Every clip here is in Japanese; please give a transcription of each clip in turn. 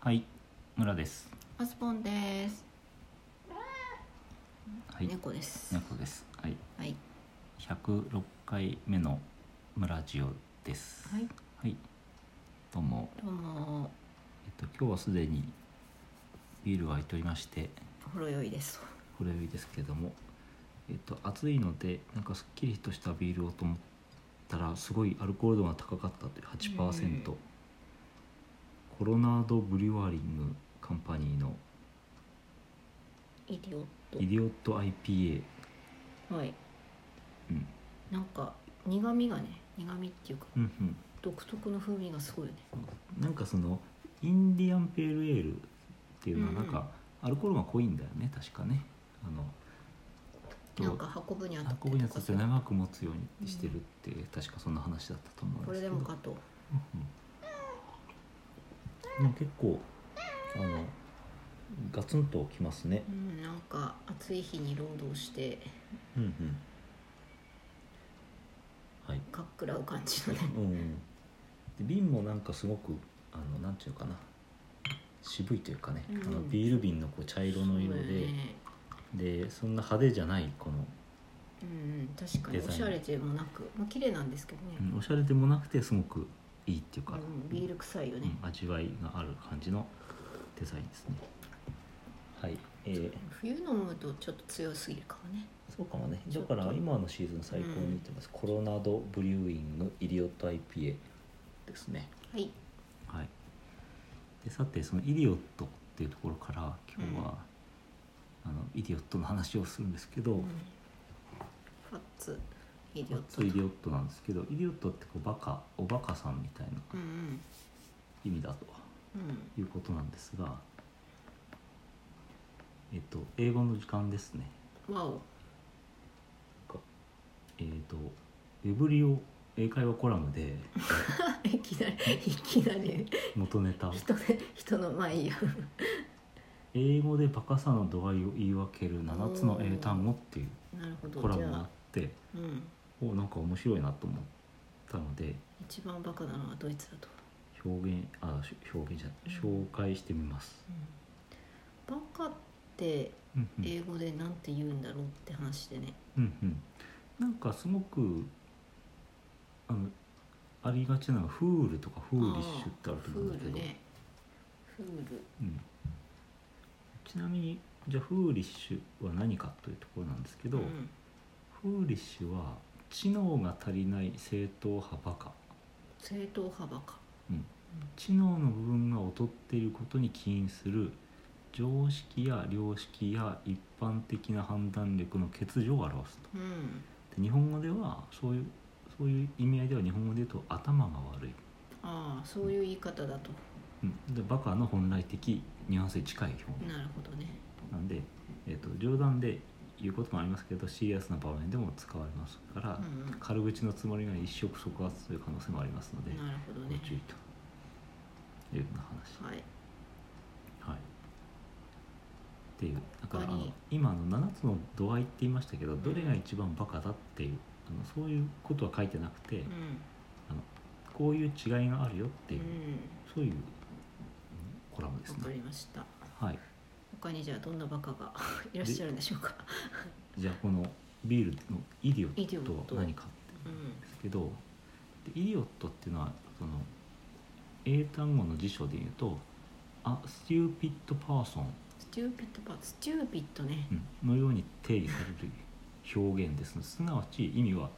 はい、村です。マスポンです。はい、猫です。猫です。はい、はい。百六回目の村ジオです。はい。はい、どうも、どうも、えっと、今日はすでに。ビールは開いておりまして、ほろ酔いです。これよいですけれども。えっと、暑いので、なんかすっきりとしたビールをと思ったら、すごいアルコール度が高かったという八パーセンうトん。コロナードブリュワリングカンパニーのイディオッイディオット IPA、ト。はい。うん、なんか苦味がね、苦味っていうかうんうん独特の風味がすごいよね。なんかそのインディアンペールエールっていうのはうんなんかアルコールが濃いんだよね確かねあのとなんか運ぶにあたって運ぶにあとたかってそう長く持つようにしてるって、確かそんな話だったと思うんこですれけでどもかと。うんうんでも結構あのガツンときますねうん、なんか暑い日に労働してうんうんはいかっくらう感じのね。うん、で瓶もなんかすごくあのなんていうかな渋いというかね、うんあのビール瓶のこう茶色の色でそうだよねでそんな派手じゃないこの、うんうん、確かデにザおインしゃれでもなく、まあ綺麗なんですけどね。うんおしゃれでもなくてすごくいいっていううか、ん、ビール臭いよね。うん味わいがある感じのデザインですねはい、えー冬飲むとちょっと強すぎるかもね。そうかもねちだょっとから今のシーズン最高にいってます、コロナドブリューイングイリオット IPA ですねはい。はい、でさてそのイディオットっていうところから今日は、あのイディオットの話をするんですけど、うんファッツイディオットそうイディオットなんですけどイディオットってこうバカおバカさんみたいなうんうん意味だとうんいうことなんですが、えっと、英語の時間ですね。わおがえっとウェブリオ英会話コラム でいきなりいきなり元ネタを人で人の前や英語でバカさの度合いを言い分ける7つの英単語っていうなるほコどラじムがあゃあっ、て。うん、おなんか面白いなと思ったので一番バカなのはドイツだと、表現あし表現じゃないうん紹介してみます、うん、バカってうんうん英語でなんて言うんだろうって話でねうんうん、なんかすごくあのありがちなのがフールとかフーリッシュってあると思フうんだけールど、ねフールうん、ちなみにじゃあフーリッシュは何かというところなんですけど、うんフーリッシュは知能が足りない正統派バカ正統派バカ知能の部分が劣っていることに起因する常識や良識や一般的な判断力の欠如を表すとうんで日本語ではそういうそういう意味合いでは日本語で言うと頭が悪い、ああそういう言い方だとうん、でバカの本来的ニュアンスに近い表現なるほどねなんで、えー、と冗談で言うこともありますけどシリアスな場面でも使われますから、うん軽口のつもりが一触即発という可能性もありますのでうんなるほどごね注意というような話。はいはい、っていうだから他あにの今あの7つの度合いって言いましたけどどれが一番バカだっていうあのそういうことは書いてなくて、うんこういう違いがあるよっていう、うそういううんコラムですん、わかね。りました。はい、他にじゃあどんなバカが いらっしゃるんでしょうか。じゃあこのビールのイディオイディオッットトは何かうんですけどでイディオットっていうのはその英単語の辞書で言うと「a stupid person スチューピッドパスチューピッドね。のように定義される表現ですすなわち意味は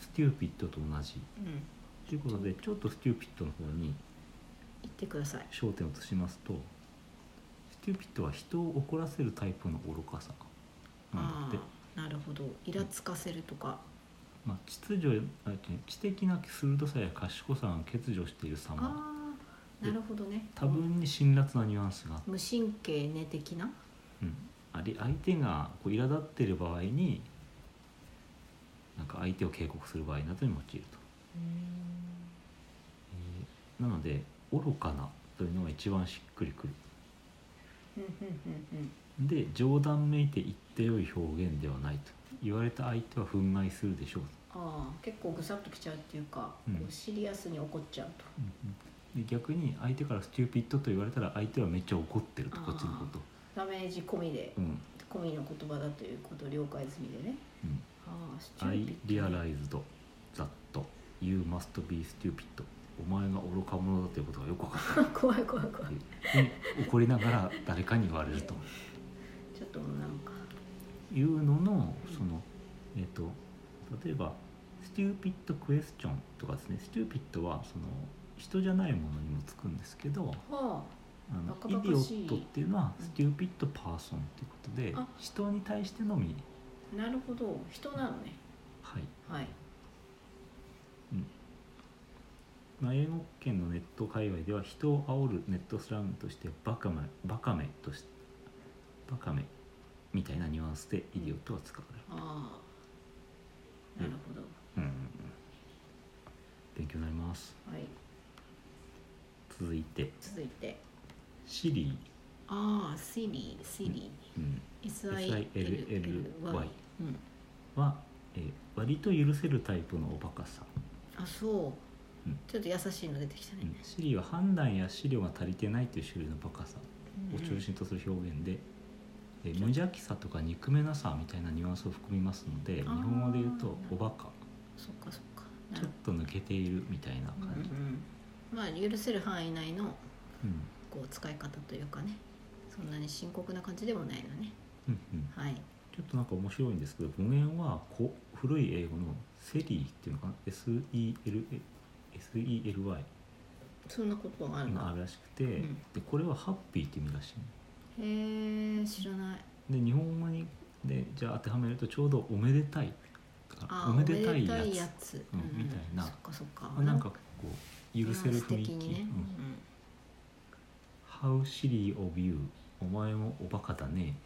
ステューピッドと同じうん。ということでちょっとステューピッドの方に言ってください。焦点を移しますとステューピッドは人を怒らせるタイプの愚かさなんだあってあ、なるほど。イラつかせるとか。まあ、秩序あ知的な鋭さや賢さが欠如している様ああ、なるほどね。多分に辛辣なニュアンスがあって無神経ね的な。うん、あり相手がこう苛立っている場合になんか相手を警告する場合などに用いると。えーなので愚かなというのが一番しっくりくるうんうんうんで冗談めいて言ってよい表現ではないと言われた相手は憤慨するでしょう、ああ、結構ぐさっときちゃうっていうか、うんこうシリアスに怒っちゃうと。うんうんで逆に相手からスチューピッドと言われたら相手はめっちゃ怒ってるとこっちのことダメージ込みでうん込みの言葉だということを了解済みでねうんああスチュー I ピッドね realized that you must be stupid お前が愚か者だということがよく分かっ 怖い怖い怖いたで怒りながら誰かに言われるとちょっともうなんかいうののそのえっ、と例えば stupid question とかですね stupid はその人じゃないものにもつくんですけどはあのバカイバディカオしいットっていうのはうん stupid person っていうことであ人に対してのみあなるほど人なのねはいはいまあ、英語圏のネット界隈では人を煽るネットスラングとしてバカめバカめとしてバカめみたいなニュアンスでイディオットは使われる、ああなるほど、うんうんうん、勉強になりますはい続いて続いてシリああ Siri Siri ー、うん、 SILLY うんは、えー割と許せるタイプのおバカさ、あそううんちょっと優しいの出てきたうねん、シリーは判断や資料が足りてないという種類のバカさうをん中心とする表現で、えー無邪気さとか憎めなさみたいなニュアンスを含みますので日あー本語で言うと「おバカ」そっかそっかなちょるっと抜けているみたいなほど、うん感じ、うん、まあ許せる範囲内のうんこう使い方というかねそんなに深刻な感じでもないのねうんうん、はいちょっとなんか面白いんですけど語源はこ古い英語の「セリー」っていうのかな SELA SELY そんなことがあるがあなるらしくて、うんでこれはハッピーって意味らしいへえ知らないので日本語にでじゃあ当てはめるとちょうど「おめでたい」とかあおめでたいおやめでつうんうんうんみたいなそっかそっかあなんかこう許せるニュア雰ン囲ス気的にね、ううんん How silly of you お前もおバカだね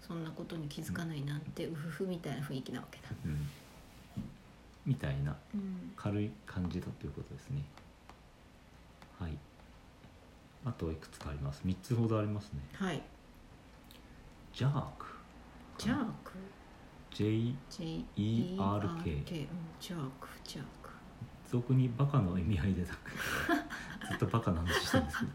そんなことに気づかないなんてうふふみたいな雰囲気なわけだ、うんみたいなうん、軽い感じだということですねはいあといくつかあります3つほどありますねはいジャークジャーク J J E R K うん、ジャークジャーク俗にバカの意味合いで なくずっとバカな話してるんですけど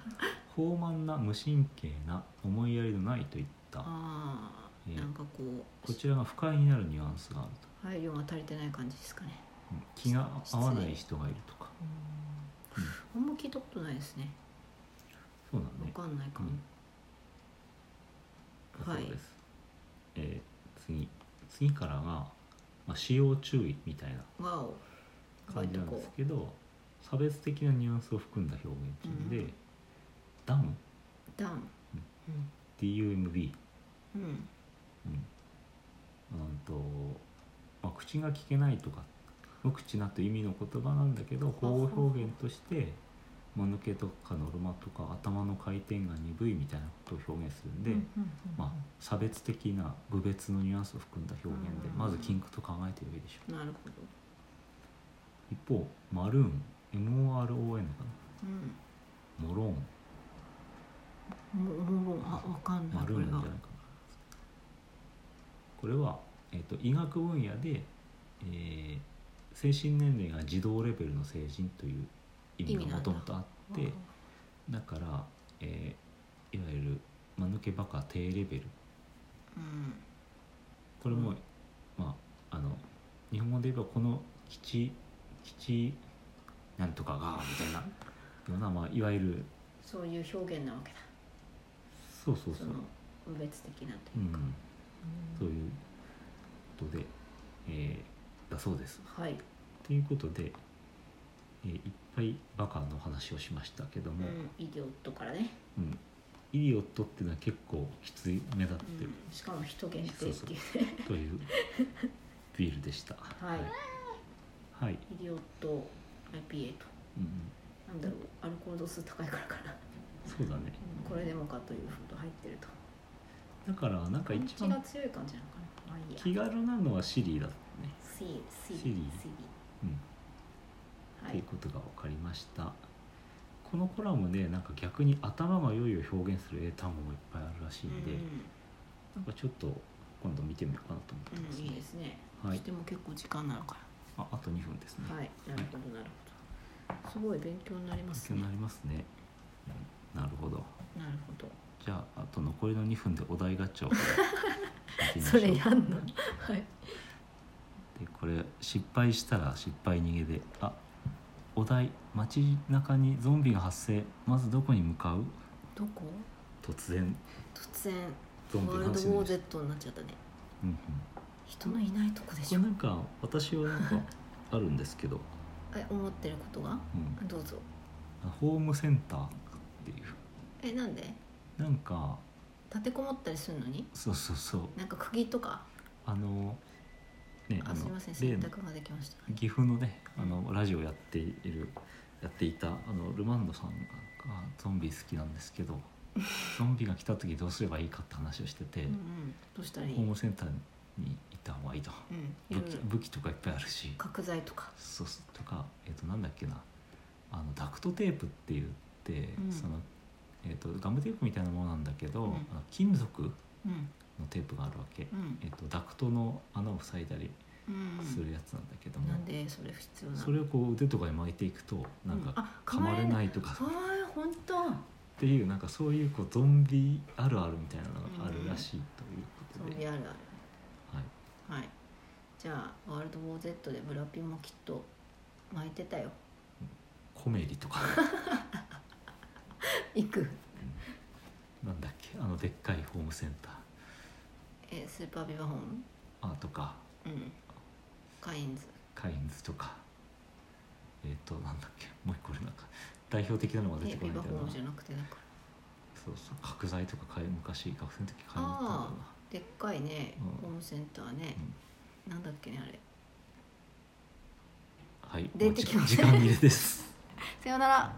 傲慢な無神経な思いやりのないといったあえーあなんかここちらが不快になるニュアンスがあるとう配慮が足りてない感じですかねうん気が合わない人がいるとかあんま聞いたことないですねそうなんわねかんないかも、そうはいです、えー次次からが、まあ、使用注意みたいなわお書感いじとなんこですけど差別的なニュアンスを含んだ表現っていうので、うんダムうダウン DUMB、うん、ううん、んうんとまあ、口が聞けないとか無口なという意味の言葉なんだけど方語表現として間抜けとかノルマとか頭の回転が鈍いみたいなことを表現するんで、うんうんうんまあ、差別的な部別のニュアンスを含んだ表現でうんまず禁句と考えてよいでしょうなるほど一方マルーン MORON かうんなモローンももうあわかんなマいルーンなこれんじゃがないかなこれは、えー、と医学分野で、えー精神年齢が児童レベルの成人という意味意味がなもんだともとあってだから、えーいわゆる間抜けバカ低レベルうんこれも、うんまああの日本語で言えばこの基地基地なんとかがみたいなような、まあ、いわゆるそういう表現なわけだそうそうそそうの無別的なとういうんか、そういうことで、えーだそうです。はい、ということで、えーいっぱいバカの話をしましたけどうも、ん、イディオットからね、うんイディオットっていうのは結構きつい目立っうてるん、しかも人限定っていうねそうという ビールでした。はいはい、イディオット IPA とうんうん、なんだろうアルコール度数高いからかなそうだね。これでもかというふうと入ってるとだからなんかパン一チが番強い感じなのかなまあいいや気軽なのはシリーだったね。シリシリシリシリうんはといういことが分かりましたこのコラムでなんか逆に頭が良いを表現する英単語もいっぱいあるらしいんで、なんかちょっと今度見てみようかなと思ってうんまうんす、いいですねはいしても結構時間なのかああと2分ですねなはいなるほどなるほどすごい勉強になります勉強ねになりますね、うんなるほどなるほどじゃああと残りの2分でお題ガ チャをやってみましそょうれやんのはいでこれ失敗したら失敗逃げであお題街中にゾンビが発生まずどこに向かうどこ突然突然ゾンビワのール話ドにウォなりーました Z になっちゃったねうんうん人のいないとこでこしれょなんか私はなんかあるんですけど、え思ってることがうん、どうぞホームセンターっていうえなんでなんか立てこもったりするのにそうそうそうなんか釘とかあのねあのすいません例選の択ができました岐阜のねうんあのラジオやっているやっていたあのルマンドさんがゾンビ好きなんですけど ゾンビが来た時どうすればいいかって話をしてて、うんうんどうしたらいいホーうムセンターに行った方がいいとんい武ろい器ろ武器とかいっぱいあるし角材とかそうそうとか、えっとなんだっけなあのダクトテープって言って、うんそのえっとガムテープみたいなものなんだけど、うんあの金属のうんテープがあるわけ、うんえっとダクトの穴を塞いだりうんするやつなんだけども、なんでそれ必要なのそれをこう腕とかに巻いていくとなんうかあ噛まれいないとかあー本当っていうなんかそういうこうゾンビあるあるみたいなのがあるらしいというゾことンで、ビあるあはい、るはいじゃあワールドウォー Z でブラピもきっと巻いてたよコメリとか 行くなんだっけあのでっかいホームセンターえスーパービバホームあとかうんカインズカインズとかえっ、となんだっけもう一個俺なんか代表的なのが出てえこビないんバだホよーなムじゃなくてだからそうそう角材とか買い昔学生の時買いに行ったんだよなでっかいねうんホームセンターね、なんだっけねあれはい出てきませんもうじ時間切れですさようなら